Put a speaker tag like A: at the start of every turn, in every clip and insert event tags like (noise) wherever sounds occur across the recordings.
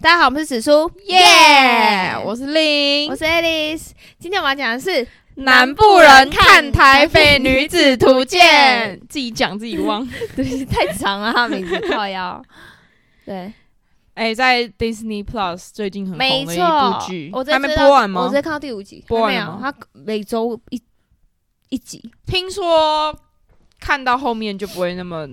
A: 大家好，我们是紫苏，
B: 耶
A: 我是令
B: 我，是 Alice，今天我们要讲的是
A: 南部人看台北女子图鉴，自己讲自己 (laughs) 忘。
B: 对，太长了，他的名字靠腰。对，
A: 哎、在 Disney Plus 最近很
B: 没
A: 红
B: 错
A: 的一部剧，，
B: 我直接
A: 还没
B: 知道
A: 播完
B: 我
A: 吗
B: 直？接看到第五集，
A: 播
B: 还
A: 完
B: 没
A: 了
B: 有？
A: 吗
B: 他每周一一集，
A: 听说看到后面就不会那么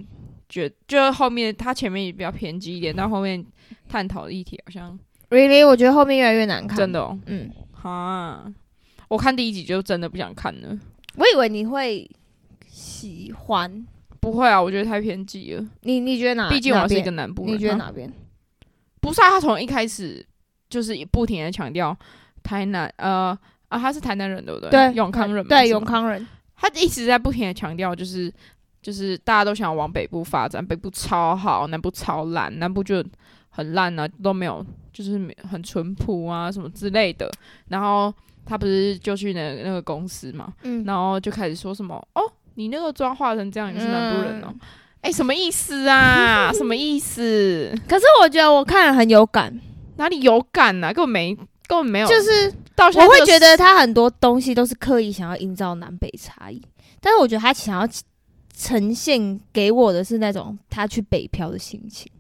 A: 觉，就后面它前面也比较偏激一点，但后面探讨的议题好像
B: Really，我觉得后面越来越难看。
A: 真，的哦，
B: 嗯，
A: 哈，我看第一集就真的不想看了。
B: 我以为你会喜欢，
A: 不会啊，我觉得太偏激了。
B: 你你觉得哪？
A: 毕竟我是一个
B: 哪
A: 南部
B: 边，
A: 人啊，
B: 你觉得哪边？
A: 不是啊，他从一开始就是不停的强调台南，呃啊，他是台南人对不对？
B: 对，
A: 永康人嘛
B: 对，
A: 是吗
B: 永康人，
A: 他一直在不停的强调，就是就是大家都想往北部发展，北部超好，南部超烂，南部就很烂啊，都没有，就是没很淳朴啊什么之类的。然后他不是就去那那个公司嘛，
B: 嗯，
A: 然后就开始说什么哦，你那个妆化成这样，你是南部人
B: 嗯
A: 哦。哎、什么意思啊？什么意思？
B: 可是我觉得我看了很有感，
A: 哪里有感啊？根本没，根本没有。
B: 就是
A: 到现在
B: 哦我会
A: 这个
B: 觉得他很多东西都是刻意想要营造南北差异，但是我觉得他想要呈现给我的是那种他去北漂的心情，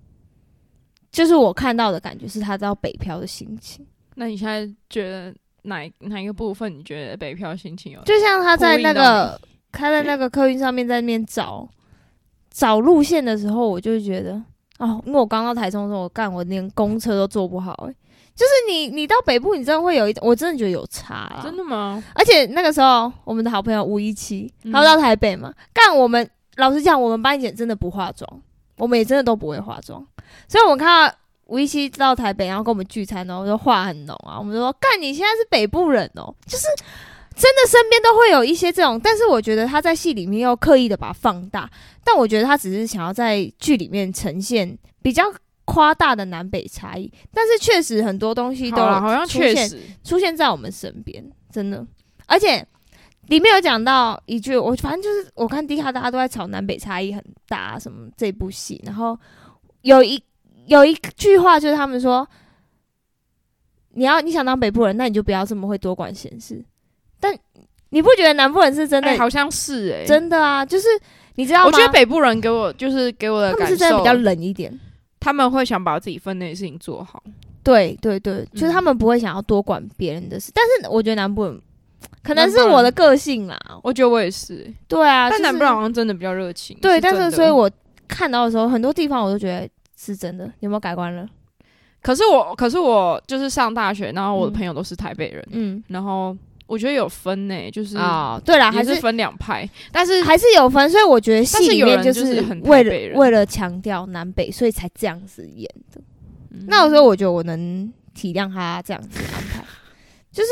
B: 就是我看到的感觉是他到北漂的心情，
A: 那你现在觉得哪一哪一个部分你觉得北漂心情有？
B: 就像他在那
A: 呼
B: 个他在那个客运上面在那边找找路线的时候，我就觉得哦，因为我刚到台中的时候，我干我连公车都坐不好、欸，就是你你到北部，你真的会有一种，我真的觉得有差、啊，
A: 真的吗？
B: 而且那个时候，我们的好朋友吴一奇，
A: 嗯
B: 他到台北嘛，干我们老实讲，我们班以前真的不化妆，我们也真的都不会化妆，所以我们看到吴一奇到台北，然后跟我们聚餐，然后就化很浓啊，我们就说干你现在是北部人哦，就是真的身边都会有一些这种，但是我觉得他在戏里面又刻意的把它放大，但我觉得他只是想要在剧里面呈现比较。夸大的南北差异，但是确实很多东西都
A: 好啦好像
B: 出
A: 确
B: 现
A: 实，
B: 出现在我们身边，真的。而且里面有讲到一句，我反正就是我看迪卡大家都在吵南北差异很大什么这部戏，然后有一有一句话就是他们说，你要你想当北部人，那你就不要这么会多管闲事。但你不觉得南部人是真的、
A: 哎、好像是哎、
B: 真的啊？就是你知道吗？
A: 我觉得北部人给我就是给我的
B: 他们
A: 感受，
B: 是真的比较冷一点。
A: 他们会想把自己分内的事情做好。
B: 对对对，就是
A: 嗯
B: 他们不会想要多管别人的事，但是我觉得南部人可能是
A: 南部人
B: 我的个性啦，
A: 我觉得我也是、哎
B: 对啊，
A: 但
B: 就
A: 南
B: 是
A: 部人好像真的比较热情。
B: 对，但
A: 真
B: 是
A: 的
B: 所以我看到的时候，很多地方我都觉得是真的。你有没有改观
A: 嗯
B: 了？
A: 可是我可是我就是上大学，然后我
B: 嗯
A: 的朋友都是台北人，
B: 嗯，
A: 然后我觉得有分呢、就是
B: 哦，对啦，还
A: 也
B: 是
A: 是分两派，但是
B: 还是有分，所以我觉得戏里面
A: 但是有人就是
B: 是
A: 很
B: 为
A: 台北
B: 了
A: 人
B: 为了强调南北，所以才这样子演的。
A: 嗯
B: 那有时候我觉得我能体谅他这样子安排，就是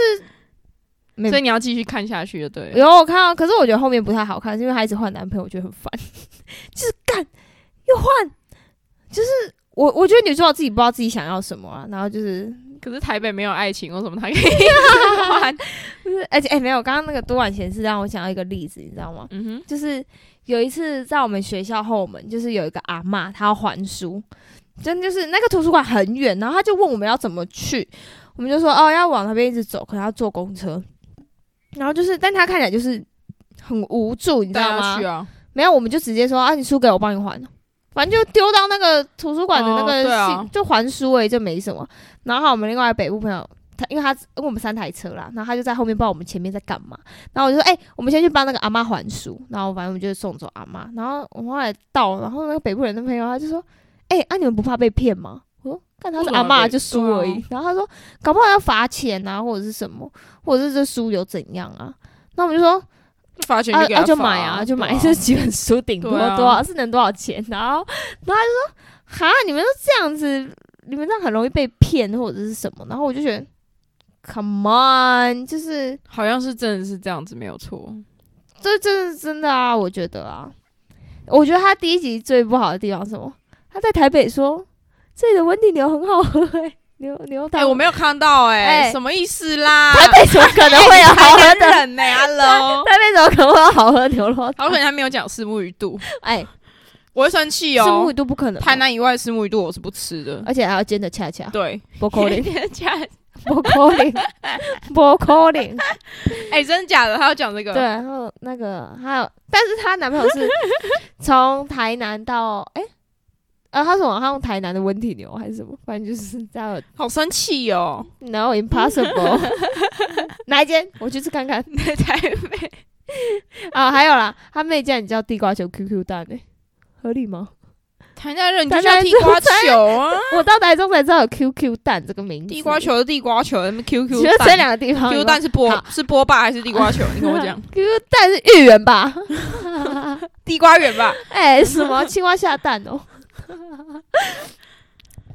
B: 没
A: 所以你要继续看下去就对了。
B: 有啊我看到，可是我觉得后面不太好看，是因为他一直换男朋友，我觉得很烦， (laughs) 就是干又换，就是我我觉得女主角自己不知道自己想要什么啊，然后就是
A: 可是台北没有爱情，为什么他可以
B: (laughs)
A: 换？
B: 而且哎、没有，刚刚那个多管闲事让我想到一个例子，你知道吗？
A: 嗯 (laughs) 哼，
B: 就是有一次在我们学校后门，就是有一个阿嬷，她要还书，真的就是那个图书馆很远，然后她就问我们要怎么去，我们就说哦要往那边一直走，可能要坐公车，然后就是，但她看起来就是很无助，你知
A: 大
B: 道
A: 家
B: 吗？
A: 去啊，
B: 没有，我们就直接说啊，你书给我，我帮你还。反正就丢到那个图书馆的那个
A: 哦
B: 信，
A: 对啊
B: 就还书而已，这没什么。然后我们另外北部朋友，他因为他因为我们三台车啦，然后他就在后面不知道我们前面在干嘛。然后我就说，哎、我们先去帮那个阿妈还书。然后反正我们就送走阿妈。然后我们后来到，然后那个北部人的朋友他就说，哎、啊你们不怕被骗吗？我说，看他是阿妈就输而
A: 为什么要被啊
B: 已。然后他说，搞不好要罚钱啊，或者是什么，或者是这书有怎样啊？那我们就说，
A: 罚钱
B: 啊
A: 就给他
B: 啊就
A: 罚
B: 买啊，就买
A: 对
B: 这几本书，顶多
A: 对啊
B: 多少是能多少钱？然后，然后他就说：“哈，你们都这样子，你们这样很容易被骗或者是什么。”然后我就觉得，Come on，就是
A: (laughs) 好像是真的是这样子，没有错。
B: 这这是真的啊，我觉得啊，我觉得他第一集最不好的地方是什么？他在台北说这里的温蒂牛很好喝、欸，牛牛
A: 哎、
B: 奶。
A: 我没有看到哎、
B: 哎
A: 什么意思啦？
B: 台北怎么可能会有好喝
A: 哎台
B: 的？
A: 南人呢、欸、？Hello， (laughs)
B: 台北怎么可能会有好喝牛肉？
A: 好可能他没有讲是木鱼肚，
B: 哎，
A: 我会生气
B: 四目
A: 哦
B: 鱼。都不可能吧，
A: 台南以外的石目鱼肚我是不吃 (laughs) 的。
B: 而且还要煎的恰恰，
A: 对，
B: 不可能，
A: 假的？
B: (laughs) 不可能，不可能。
A: (laughs) 哎，真的假的？他要讲这个？
B: 对，，然后那个还有，但是她男朋友
A: (laughs)
B: 是从台南到哎、呃，他什么？他用台南的温体牛还是什么？反正就是这样。
A: 好生气哦。
B: No impossible，哪一间？我去吃看看
A: (laughs) 台北
B: 啊！还有啦，他妹叫你叫地瓜球 QQ 蛋呢、合理吗？
A: 台南人你
B: 台
A: 就
B: 南
A: 叫
B: 人
A: 地瓜球啊，
B: 我到台中才知道有 QQ 蛋这个名字。
A: 地瓜，球是地瓜球，那么 QQ
B: 觉得这
A: 蛋
B: 两个地方
A: Q 蛋是波是波霸还是地瓜球？你跟我
B: (laughs)
A: 讲，
B: ，QQ 蛋是芋圆吧？ (laughs)
A: 地瓜圆吧？
B: 哎、什么青蛙下蛋哦？ (laughs)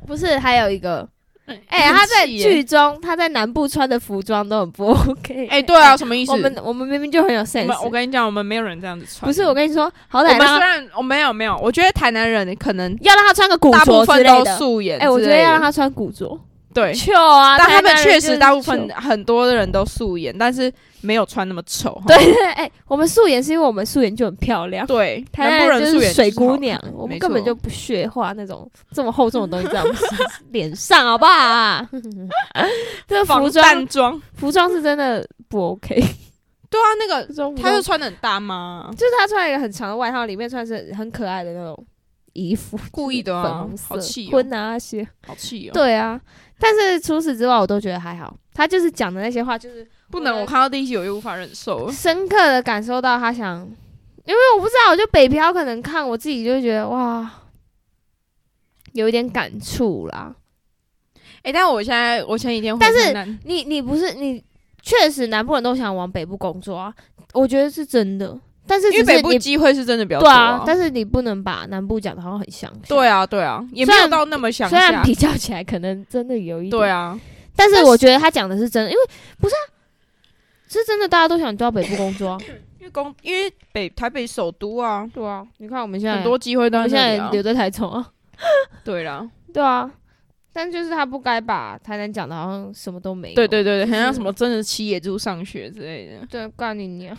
B: 不是，还有一个， (laughs) 哎、他在
A: 很气耶
B: 剧中他在南部穿的服装都很不 OK。
A: (laughs) 哎，对啊，，什么意思？
B: 我们我们明明就很有
A: 我们
B: sense。
A: 我跟你讲，我们没有人这样子穿。
B: 不是，我跟你说，好
A: 我
B: 歹
A: 们虽
B: 让他
A: 然我哦没有没有，我觉得台南人可能
B: 要让他穿个古
A: 大部
B: 着之
A: 分
B: 类
A: 都
B: 的。
A: 素颜之类的，
B: 哎、我觉得要让他穿古着，
A: 对，
B: 糗啊！
A: 但他
B: 台
A: 们
B: 南人
A: 确
B: 就是
A: 实大部分
B: 糗
A: 很多的人都素颜，但是没有穿那么丑。哈
B: 对对， (laughs) 对哎、我们素颜是因为我们素颜就很漂亮。
A: 对，
B: 台
A: 南部
B: 南
A: 人
B: 人
A: 素
B: 就
A: 颜
B: 是水姑
A: 好
B: 娘，我们
A: 没
B: 根本
A: 错
B: 就不屑画那种这么厚重的东西在我们脸上， (laughs) 好不好、啊？ (laughs) 这个服
A: 防
B: 装
A: 弹妆。
B: 服装是真的不 OK，
A: 对啊，那个
B: 服装
A: 他就
B: 就
A: 穿的很大妈，
B: 就是他穿一个很长的外套，里面穿是很可爱的那种衣服，
A: 故意的
B: 粉
A: 啊
B: 红，色
A: 好气哦，
B: 婚啊那些。
A: 好气哦。
B: 对啊，但是除此之外，我都觉得还好。他就是讲的那些话，就是
A: 不能，我看到第一集我就无法忍受了。
B: 深刻的感受到他想，因为我不知道，我就北漂可能看我自己就会觉得哇，有一点感触啦。
A: 哎，但我现在我前几天回
B: 但是
A: 台南
B: 你你不是你，确实南部人都想往北部工作啊，我觉得是真的。但是只
A: 因
B: 是
A: 为北部
B: 你
A: 机会是真的比较
B: 对
A: 多
B: 啊
A: 啊，。
B: 但是你不能把南部讲的好像很乡下。
A: 对啊，对啊，也没
B: 虽
A: 有
B: 然
A: 到那么乡
B: 虽然
A: 下。
B: 比较起来，可能真的有一点。
A: 对，啊，
B: 但是我觉得他讲的是真的，因为不是啊，是真的，大家都想到北部工
A: (laughs)
B: 作、啊。
A: 因为公因为北台北首都啊，
B: 对啊，你看我们现在
A: 很多机会
B: 我
A: 都
B: 们
A: 在
B: 现
A: 那里
B: 在
A: 啊。
B: 留在台中啊。
A: 对啦，
B: 对啊，但就是他不该把台南讲的好像什么都没有。
A: 对对对对，
B: 就是
A: 很像什么真的骑野猪上学之类的，
B: 对，告你你、啊，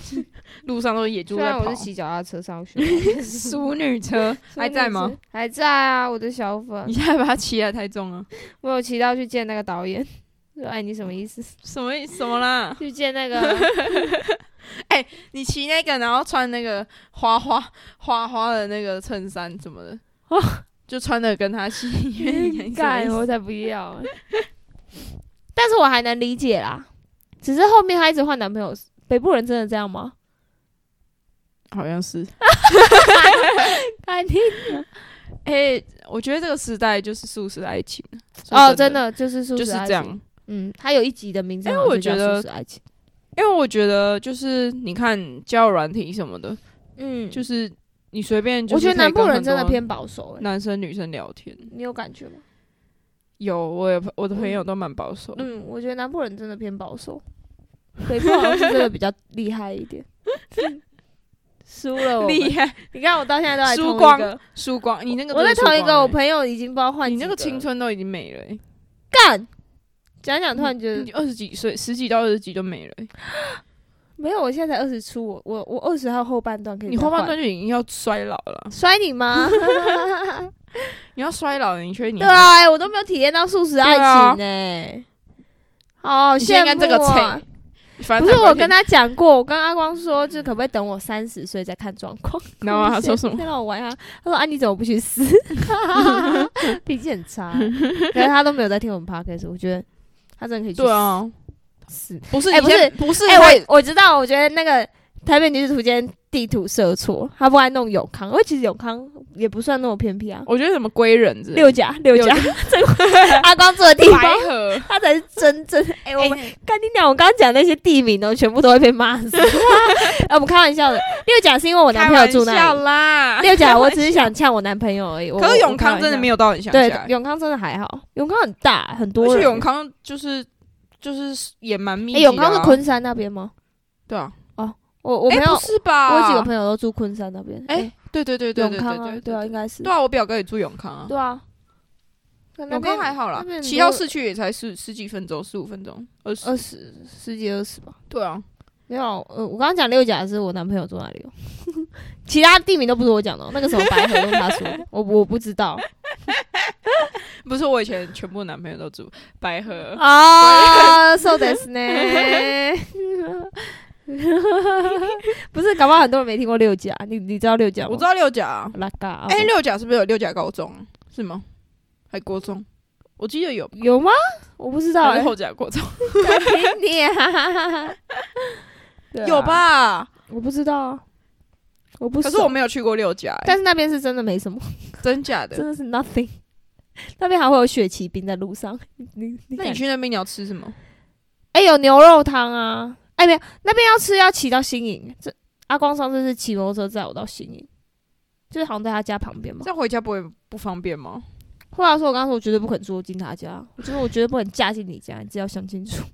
A: 路上都是野猪
B: 虽
A: 在
B: 然我
A: 跑
B: 是。
A: (laughs)
B: 骑脚踏车上学啊，
A: 淑女车还在吗？？
B: 还在啊，我的小粉
A: 你，现在把它骑来太啊重了，
B: 我有骑到去见那个导演。说哎，你什么意思？ (laughs)
A: 什么意什么啦？
B: 去见那 (laughs) 个
A: 你骑那个，然后穿那个花花花花的那个衬衫什么的，就穿的跟他 (laughs) 戏院一样
B: 干，
A: 什么意
B: 我
A: 思
B: 才不要欸、 (laughs) 但是我还能理解啦，只是后面她一直换男朋友，北部人真的这样吗？
A: 好像是。
B: 哎，你
A: 哎、我觉得这个时代就是素食爱情
B: 哦，
A: 说
B: 真的
A: 的
B: 就是素
A: 就
B: 食
A: 是
B: 爱
A: 这样
B: 情。。嗯，他有一集的名字
A: 哎
B: 好像
A: 我
B: 就叫
A: 觉得
B: 素食爱情。
A: 因为我觉得就是你看交友软体什么的，
B: 嗯，
A: 就是你随便就
B: 我
A: 是
B: 觉
A: 可以
B: 得
A: 跟
B: 南
A: 很多，
B: 部人真的偏保守、欸，
A: 男生女生聊天。
B: 你有感觉吗？
A: 有，我有我的朋友都蛮保守的，
B: 嗯，我觉得南部人真的偏保守， (laughs) 北部好像是真的比较厉害一
A: (laughs)
B: 点。输了我们，
A: 厉害，
B: 你看我到现在都还
A: 输
B: 同一
A: 光
B: 个
A: 输光你那个
B: 我在
A: 真的输
B: 同一
A: 光
B: 个，我
A: 欸
B: 朋友已经不知道换
A: 你
B: 几
A: 那个
B: 了
A: 青春都已经没了、欸，
B: 干，讲讲突然觉得、
A: 嗯你二十几岁，十几到二十几就没了欸、
B: 没有，我现在才二十出，我我我二十号后半段可以
A: 你
B: 再
A: 后半
B: 换
A: 段就已经要衰老了，
B: 摔你
A: (laughs)
B: 吗？
A: 你要衰老了，你确定你
B: 对啊，哎我都没有体验到素食爱情呢、好
A: 啊你现
B: 羡
A: 在
B: 慕
A: 这个
B: 啊！
A: 反
B: 不
A: 正
B: 是
A: 他也
B: 我
A: 会
B: 跟
A: 听，
B: 他讲过，我跟阿光说，就可不可以等我三十岁再看状况？
A: 然后他说
B: (laughs)
A: 什么？
B: 先让我玩一下。他说啊，你怎么不去 (laughs) 死？脾气很 (laughs) 差，可是他都没有在听我们 podcast，我觉得他真的可以去
A: 对啊，
B: 死。
A: 不是，
B: 哎
A: 你先不是
B: 哎、
A: 会
B: 我我知道，我觉得那个台北女子图鉴地图设错，他不爱弄永康，因为其实永康也不算那么偏僻啊。
A: 我觉得什么归人之类
B: 六甲，六甲
A: 六，
B: 这个 (laughs) 阿光住的地
A: 白
B: 方，
A: 河，
B: 他才是真正。 (laughs) 哎、我们
A: 哎
B: 干你娘！我刚刚讲那些地名呢，全部都会被骂 (laughs) 死。哎、我们开玩笑的，六甲是因为我男朋友住
A: 开玩
B: 那
A: 笑
B: 里。
A: 啦。
B: 六甲，我只是想呛我男朋友而已。我
A: 可是永康真的没
B: 有。
A: 有到很乡
B: 对
A: 下，，
B: 永康真的还好，永康很大，很多
A: 而
B: 人。
A: 且永康就是就是也蛮密
B: 哎、
A: 集的啊。
B: 永康是昆山那边吗？
A: 对啊，
B: 我我
A: 哎
B: 没有，
A: 不是吧？
B: 我有几个朋友都住昆山那边。
A: 哎对对对对对
B: 永
A: 对
B: 康
A: 对
B: 啊，对啊，应该是。
A: 对啊，我表哥也住永康啊。
B: 对啊，可能那
A: 永
B: 边
A: 康还好啦
B: 那边，很
A: 骑
B: 多呃
A: 到市区也才十十几分钟，十五分钟，二十。
B: 二十十几二十吧。
A: 对啊， (laughs)
B: 没有，呃，我刚刚讲六甲是我男朋友住哪里哦， (laughs) 其他地名都不是我讲的哦、那个时候白河都是他说的，我我不知道
A: 不是我以前全部男朋友都住白河，
B: 啊，so this 呢？ (laughs) 不是，搞不好很多人没听过六甲，你你知道六甲吗？
A: 我知道六甲。
B: 拉嘎，
A: 哎、六甲是不是有六甲高中？是吗？还国中？我记得有，
B: 有吗？我不知道、
A: 还
B: 欸
A: 是，后甲国中、
B: 凭你啊！ (laughs) 对啊
A: 有？吧？
B: 我不知道啊，我不熟。
A: 可是我没有去过六甲、欸，
B: 但是那边是真的没什么，
A: 真假的？
B: 真的是 nothing。那 (laughs) 边还会有雪奇冰在路上，你你
A: 那
B: 敢
A: 你去那边你要吃什么？
B: 哎、有牛肉汤啊！哎、没有，那边要吃要骑到新营。这阿光上次是骑摩托车载我到新营，就是好像在他家旁边嘛。
A: 这样回家不会不方便吗？
B: 后来说，我刚刚说我绝对不肯住进他家，我觉得我绝对不肯嫁进你家，你自己要想清楚。 (laughs)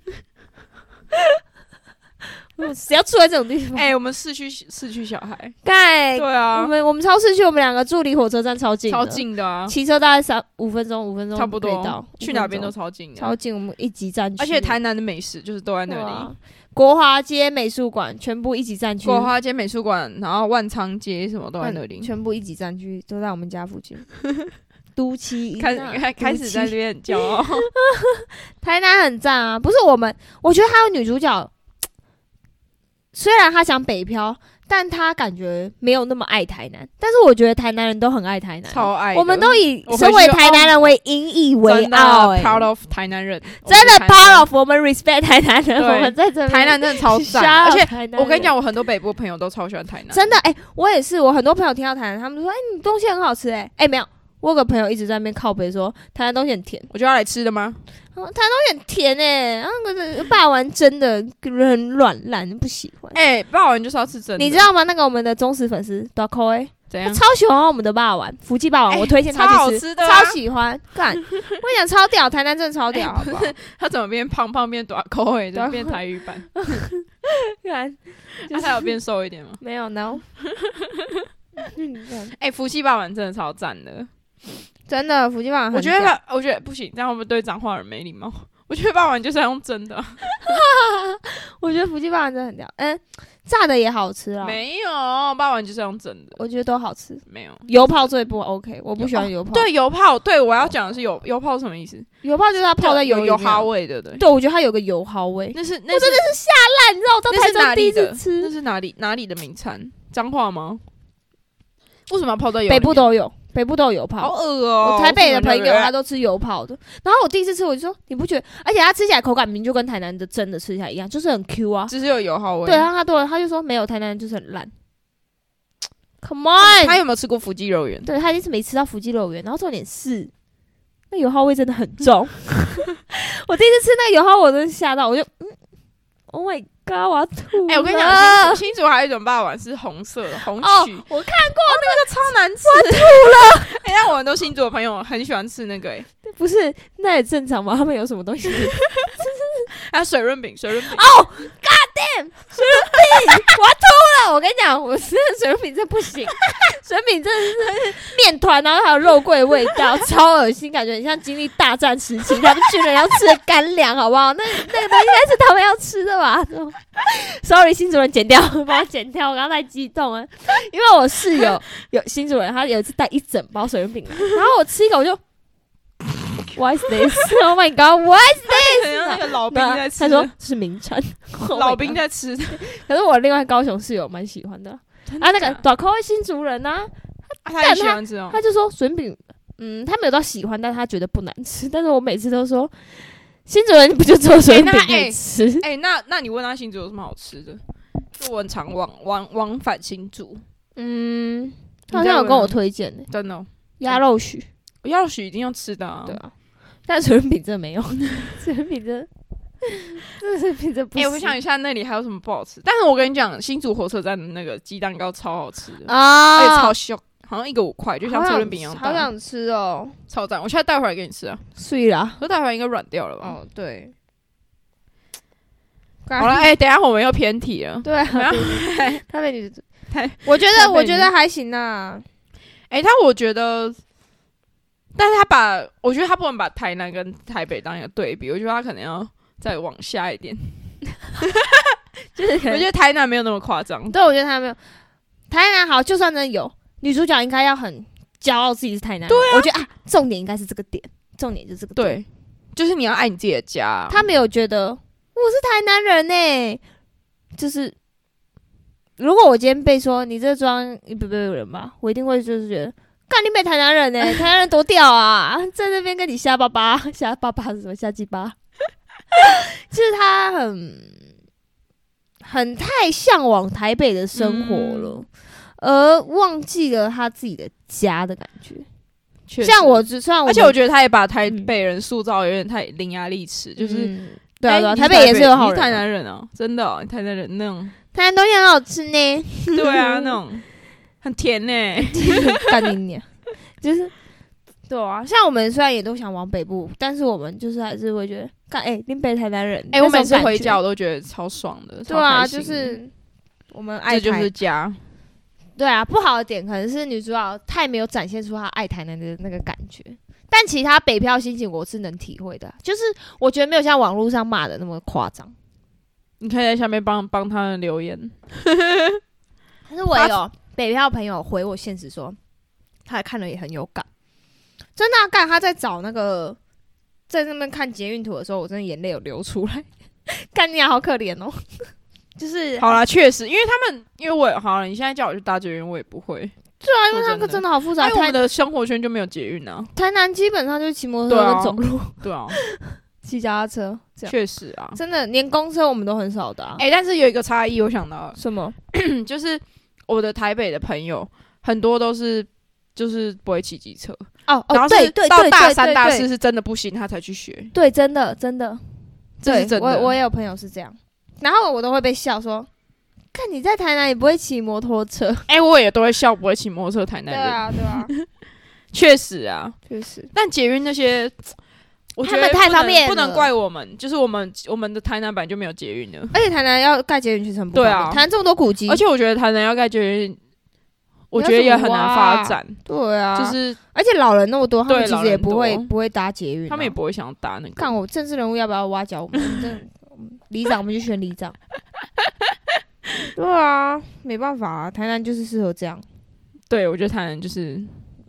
B: 我谁要住在这种地方？
A: 哎、我们市区市区小孩，
B: 盖、
A: 对
B: 我
A: 啊，
B: 们我们超市去，我们两个住离火车站超哎近，
A: 超，近的啊，
B: 骑车大概三五分钟，五分钟
A: 差不
B: 可以到
A: 多，去哪边都
B: 五分钟
A: 超近的。
B: 超近。我们一级战区，
A: 而且台南的美食就是都在那
B: 对
A: 里，
B: 啊国华街美术馆全部一级战区，
A: 国华街美术馆，然后万昌街什么都在
B: 嗯
A: 那里。
B: 全部一级战区都在我们家附
A: (laughs)
B: 近。都七
A: 开始开开始在那边很骄傲，
B: 台南很赞啊！不是我们，我觉得还有女主角，虽然她讲北漂，但她感觉没有那么爱台南。但是我觉得台南人都很爱台南，
A: 超爱的。
B: 我们都以
A: 我回去
B: 身为
A: 就
B: 台南人为引以为
A: 真的
B: 傲、欸，
A: proud of 台南人，
B: 真的
A: 我们台南
B: proud of 我们 respect 台南人，
A: 对
B: 我们在这边
A: (laughs) 台南真的超赞，
B: shout
A: 而
B: out
A: 且
B: 台南人
A: 我跟你讲，我很多北部朋友都超喜欢台南，
B: 真的，哎、我也是，我很多朋友听到台南，他们说，哎、你东西很好吃、哎，哎，没有，我有个朋友一直在那边靠北说，台南东西很甜，
A: 我就要来吃的吗？
B: 他说台南东西很甜、哎，然后那个霸王真的很软烂，不喜欢。
A: 哎，霸王就是要吃真的，
B: 你知道吗？那个我们的忠实粉丝 d o c o 哎，
A: 怎
B: 他
A: 样？
B: 超喜欢我们的霸王福记霸王，
A: 哎
B: 我推荐
A: 超
B: 他
A: 好
B: 去
A: 吃的啊
B: 超喜欢。干，我跟你讲，超屌，台南真的超屌，好
A: (laughs)
B: 不好？
A: 他怎么变胖胖变短 (laughs) 口哎，怎
B: 短
A: 么变台语
B: (laughs)
A: 版？
B: 干，就
A: 那
B: 是
A: 他有变瘦一
B: (laughs)
A: 点吗？
B: 没有
A: (laughs)
B: no。嗯干
A: 哎，福气霸王真的超赞的，
B: 真的，福记霸王很
A: 我觉得
B: 屌
A: 他，我觉得不行，这样我们对脏话人没礼貌。 (laughs) 我觉得霸王就是要用真的，
B: 我觉得福记霸王真的很屌，嗯，炸的也好吃啊，
A: 没有霸王就是要用真的，
B: 我觉得都好吃。
A: 没有。
B: 油泡最不 OK，我不喜欢油泡。，
A: 对油泡，对我要讲的是油油泡是什么意思？
B: 油泡就是它泡在油
A: 有
B: 里
A: 油
B: 面
A: 哈。味的，对。
B: 对，我觉得它有个油耗味。
A: 那是那真的是
B: 但你知道我到
A: 那
B: 台
A: 是哪
B: 中第
A: 里
B: 一次
A: 的？那
B: 吃，
A: 是哪里哪里的名产？彰化吗？为什么要泡在油里
B: 北
A: 面？
B: 部都有，北部都有油
A: 好
B: 泡。
A: 恶哦、
B: 我台北的朋友他
A: 他
B: 都吃油泡的，然后我第一次吃我就说你不觉得？而且它吃起来口感明明就跟台南的真的吃起来一样，就是很 Q 啊。
A: 只是有油耗味。
B: 对，然，后他对他就说没有台南人就是很烂。Come on，
A: 他有没有吃过福记肉圆？
B: 对他一直没吃到福记肉圆，然后重点是那油耗味真的很重。 (laughs) 我第一次吃那个油耗，我真的吓到，我就嗯，Oh my god，我要吐了！
A: 哎、我跟你讲，新竹还有一种霸王是红色的红曲，
B: 啊哦，我看
A: 那个超难吃，吐了。哎、让我很多新竹的朋友很喜欢吃那个、哎，
B: 不是那也正常嘛，他们有什么东西？
A: 还有啊水润饼，水润饼。
B: 哎啊，我跟你讲，我吃的水饼真不行， (laughs) 水饼真的是面团，然后还有肉桂味道，超恶心，感觉很像经历大战时期他们军人要吃的干粮，好不好？那那个东西应该是他们要吃的吧 (laughs) ？Sorry，新主人剪掉，帮我剪掉，我刚刚太激动了，因为我室友有新主人，他有一次带一整包水饼来，然后我吃一口我就。What is this? Oh my god! What?
A: 哎很像那个老兵在吃，
B: 他说是名产。Oh my
A: 老兵
B: god
A: 在吃，
B: 可是我另外高雄室友蛮喜欢的啊，啊那个
A: 啊
B: 短口味新族人呐、 (laughs)
A: 他也喜欢吃哦。
B: 他就说笋饼，嗯，他没有到喜欢，但他觉得不难吃。但是我每次都说，新主人不就做笋饼
A: (laughs) 哎那他
B: 给吃？
A: 哎、那那你问他新竹有什么好吃的？就我很常往往往返新竹，
B: 嗯，
A: 你
B: 他好
A: 在
B: 像有
A: 问
B: 跟
A: 吗
B: 我推荐呢、
A: 真的哦、
B: 鸭肉许，
A: 我要许一定要吃的、啊。
B: 对啊，但笋饼真的没有，笋饼真的， (laughs) 这笋饼真的不
A: 哎、
B: 行。
A: 我想一下那里还有什么不好吃。但是我跟你讲，新竹火车站的那个鸡蛋糕超好吃的，
B: 啊，
A: 而且超香，好像一个五块，就像
B: 好
A: 车
B: 想
A: 轮饼一样
B: 好
A: 大，
B: 想吃哦，
A: 超赞。我现在带回来给你吃啊，
B: 碎啦，
A: 可是带回来应该软掉了吧？
B: 哦对，嗯
A: 好了，
B: (laughs)
A: 哎、等一下我们又偏题了。
B: 对啊，
A: 然后
B: 对对 (laughs) 对台北女子
A: 台，
B: 我觉
A: 台
B: 得
A: 北
B: 我
A: 女
B: 觉
A: 子
B: 得还行啊。
A: 哎、他我觉得，但是他把我觉得他不能把台南跟台北当一个对比，我觉得他可能要再往下一点。
B: 就是可
A: 我
B: 能
A: 觉得台南没有那么夸张，
B: 对，我觉得他没有台南好，就算真的有，女主角应该要很骄傲自己是台南人。对、我觉得啊，重点应该是这个点，重点就是这个点。
A: 对，就是你要爱你自己的家。
B: 他没有觉得我是台南人呢、就是如果我今天被说你这装不不不人吧，我一定会就是觉得。干你北台南人呢、台南人多屌啊，在那边跟你瞎巴巴，瞎巴巴是什么？瞎鸡巴，就是他很很太向往台北的生活了，而忘记了他自己的家的感觉。
A: 确实
B: 像我，，只虽然我
A: 而且
B: 们
A: 我觉得他也把台北人塑造得有点太伶牙俐齿，就是
B: 嗯对啊对
A: 哎
B: 啊，
A: 你
B: 台北也是有好
A: 你
B: 人啊，
A: 台南人哦，真的哦，你台南人
B: (laughs)
A: 那种，
B: 台南东西很好吃呢。
A: 对
B: (laughs)
A: 啊，那种很甜呢。
B: 干你娘！就是对啊，像我们虽然也都想往北部，但是我们就是还是会觉得，干哎，林北台南人，
A: 哎，我每次
B: 那种感觉
A: 回家我，都觉得超爽的，
B: 对
A: 超
B: 啊，
A: 开心
B: 就
A: 的
B: 是我们爱
A: 这就
B: 台
A: 是家，
B: 对啊，不好的点可能是女主角太没有展现出她爱台南的那个感觉，但其他北漂心情我是能体会的啊，就是我觉得没有像网络上骂的那么夸张，
A: 你可以在下面帮帮他们留言。
B: 但是我
A: 发
B: 也有北漂朋友回我现实说，他看了也很有感，真的啊干、他在找那个在那边看捷运图的时候，我真的眼泪有流出来， (laughs) 干你、啊、好可怜哦， (laughs) 就是
A: 好啦，确实，因为他们，因为我好了，你现在叫我去搭捷运，我也不会，
B: 对啊，因为那
A: 说真
B: 个
A: 的
B: 真的好复
A: 因
B: 杂，
A: 为我
B: 台
A: 们的生活圈就没有捷运啊。
B: 台南基本上就是骑摩托
A: 对
B: 车
A: 啊
B: 跟走路、(laughs)
A: 对啊，
B: 骑脚踏车这样，
A: 确实啊。
B: 真的连公车我们都很少的、啊。
A: 哎、但是有一个差异，我想到了，
B: 什么？
A: 嗯就是我的台北的朋友很多都是就是不会骑机车，
B: 哦
A: 然
B: 哦，
A: 后
B: 对
A: 是
B: 对
A: 到
B: 对
A: 大
B: 对
A: 三大
B: 对
A: 四
B: 对，
A: 是真的不行，他才去学，
B: 对，真的真的，
A: 这
B: 对
A: 是真的。
B: 我我也有朋友是这样，然后我都会被笑说，看你在台南也不会骑摩托
A: (laughs)
B: 车。
A: 哎、我也都会笑不会骑摩托车的台南人，，
B: 对啊，
A: 确、实啊。
B: (laughs) 确实。
A: 但捷运那些，我觉
B: 他
A: 得
B: 们太
A: 不能
B: 方便
A: 不能
B: 了
A: 怪我们，就是我们我们的台南版就没有捷运了。
B: 而且台南要盖捷运去城不方
A: 对
B: 便，
A: 啊
B: 台南这么多古迹，
A: 而且我觉得台南要盖捷运，我觉得也很难发展，
B: 对啊，
A: 就是
B: 而且老人那么多，他们
A: 对
B: 其
A: 老
B: 实也
A: 人
B: 不会
A: 多
B: 不会搭捷运啊、
A: 他们也不会想要搭那
B: 看
A: 个。
B: 我政治人物要不要挖角我
A: (laughs)
B: 们？这里长我们就选里长。对啊，没办法啊，台南就是适合这样。
A: 对，我觉得台南就是，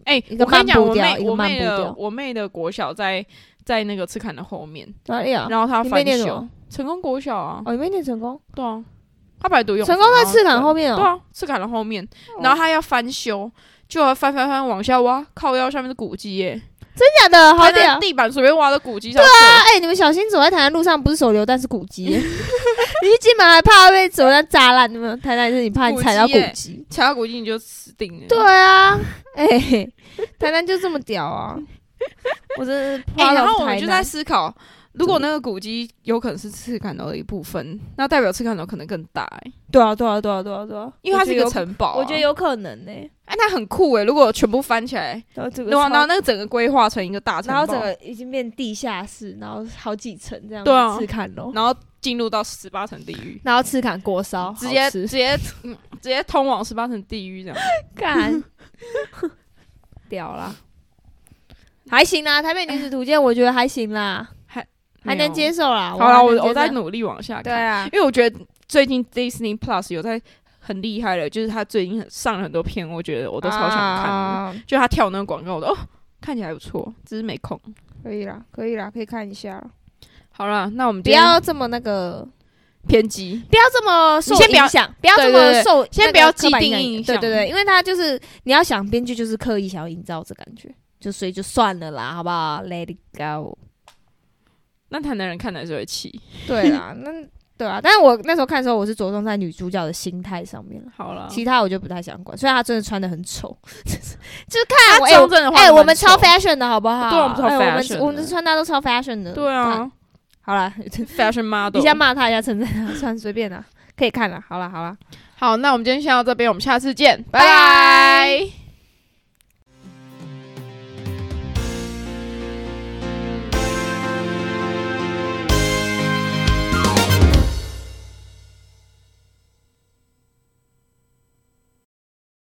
A: 哎、
B: 一个
A: 我跟你
B: 慢
A: 讲，
B: 步
A: 我
B: 调
A: 妹
B: 一个
A: 我
B: 慢
A: 妹
B: 步
A: 的
B: 调
A: 我妹的国小在在那个赤坎的后面，
B: 哪里啊？
A: 然后她
B: 你妹
A: 翻
B: 念什
A: 修
B: 么？
A: 成功国小啊，
B: 哦，你没念成功，
A: 对啊，她本来读永
B: 成功在赤坎
A: 坎
B: 后面
A: 对
B: 哦。
A: 啊，赤坎的后面，然后她要翻修，就要翻翻翻往下挖，靠腰下面是古迹耶、
B: 真的假的？好
A: 台南
B: 屌！
A: 地板随便挖的古迹，对啊，
B: 哎、你们小心走在台南路上，不是手榴弹是古 (laughs) 迹。你一进门还怕被手榴弹炸烂，有没有？台南是你怕你踩到古
A: 古迹耶
B: 迹。
A: 其他古迹你就死定
B: (laughs)
A: 了。
B: 对啊，哎、台南就这么屌啊！我真的是
A: 哎、
B: 怕到台南、
A: 然后我们就在思考，如果那个古迹有可能是赤坎楼的一部分，那代表赤坎楼可能更大、欸，
B: 对啊，对啊，对啊，对啊，对啊，
A: 因为它是一个
B: 我觉得有
A: 城堡、
B: 我觉得，有可能呢、
A: 哎、它很酷哎、如果全部翻起来，
B: 然后这个
A: 然后
B: 超
A: 然后那个整个规划成一个大城
B: 然
A: 堡，
B: 后整个已经变地下室，然后好几层这样子
A: 对啊
B: 赤坎楼，
A: 然后进入到十八层地狱，
B: 然后赤坎锅烧，
A: 直接
B: 好
A: 直
B: 吃
A: 接、嗯、直接通往十八层地狱这样。
B: 干屌啦！还行啦，台北女子图鉴我觉得还行啦， (laughs) 还能接
A: 受。
B: 受啦。
A: 好了，
B: 还能接
A: 我
B: 受
A: 我在努力往下
B: 对
A: 看，
B: 啊，
A: 因为我觉得最近 Disney Plus 有在很厉害了，就是它最近上了很多片，我觉得我
B: 我
A: 都超想看的。
B: 看，
A: 就他跳那个广告，我都哦，看起来还不错，只是没空。
B: 可以啦，可以啦，可以看一下。
A: 好了，那我们
B: 不
A: 今天
B: 要这么那个，
A: 偏激，
B: 不要这么受
A: 你先不要
B: 影响，不要这
A: 对对
B: 么
A: 对
B: 受那个刻板印象，
A: 先不要既定印象
B: 对对对，因为他就是你要想编剧就是刻意想要营造这感觉，就所以就算了啦，好不好？Let it go。
A: 那台南人看的是会气。
B: 对啊，那对啊，但是我那时候看的时候，我是着重在女主角的心态上面了。
A: 好了，
B: 其他我就不太想管，虽然她真的穿的很丑，就是
A: 他
B: 看我哎、
A: 中
B: 我
A: 正啊的话，
B: 哎、我们超
A: 肥。
B: fashion 的好不好？
A: 对我们超
B: 哎
A: fashion
B: 我
A: 的
B: 们我们的穿搭都超 fashion 的。
A: 对
B: 看，
A: 啊
B: 好啦，
A: ，fashion
B: 一下
A: model。
B: 骂她一下称赞她， (laughs) 算随便啦，可以看了。好啦好啦。
A: 好，那我们今天先到这边，我们下次见，拜
B: 拜
A: 拜。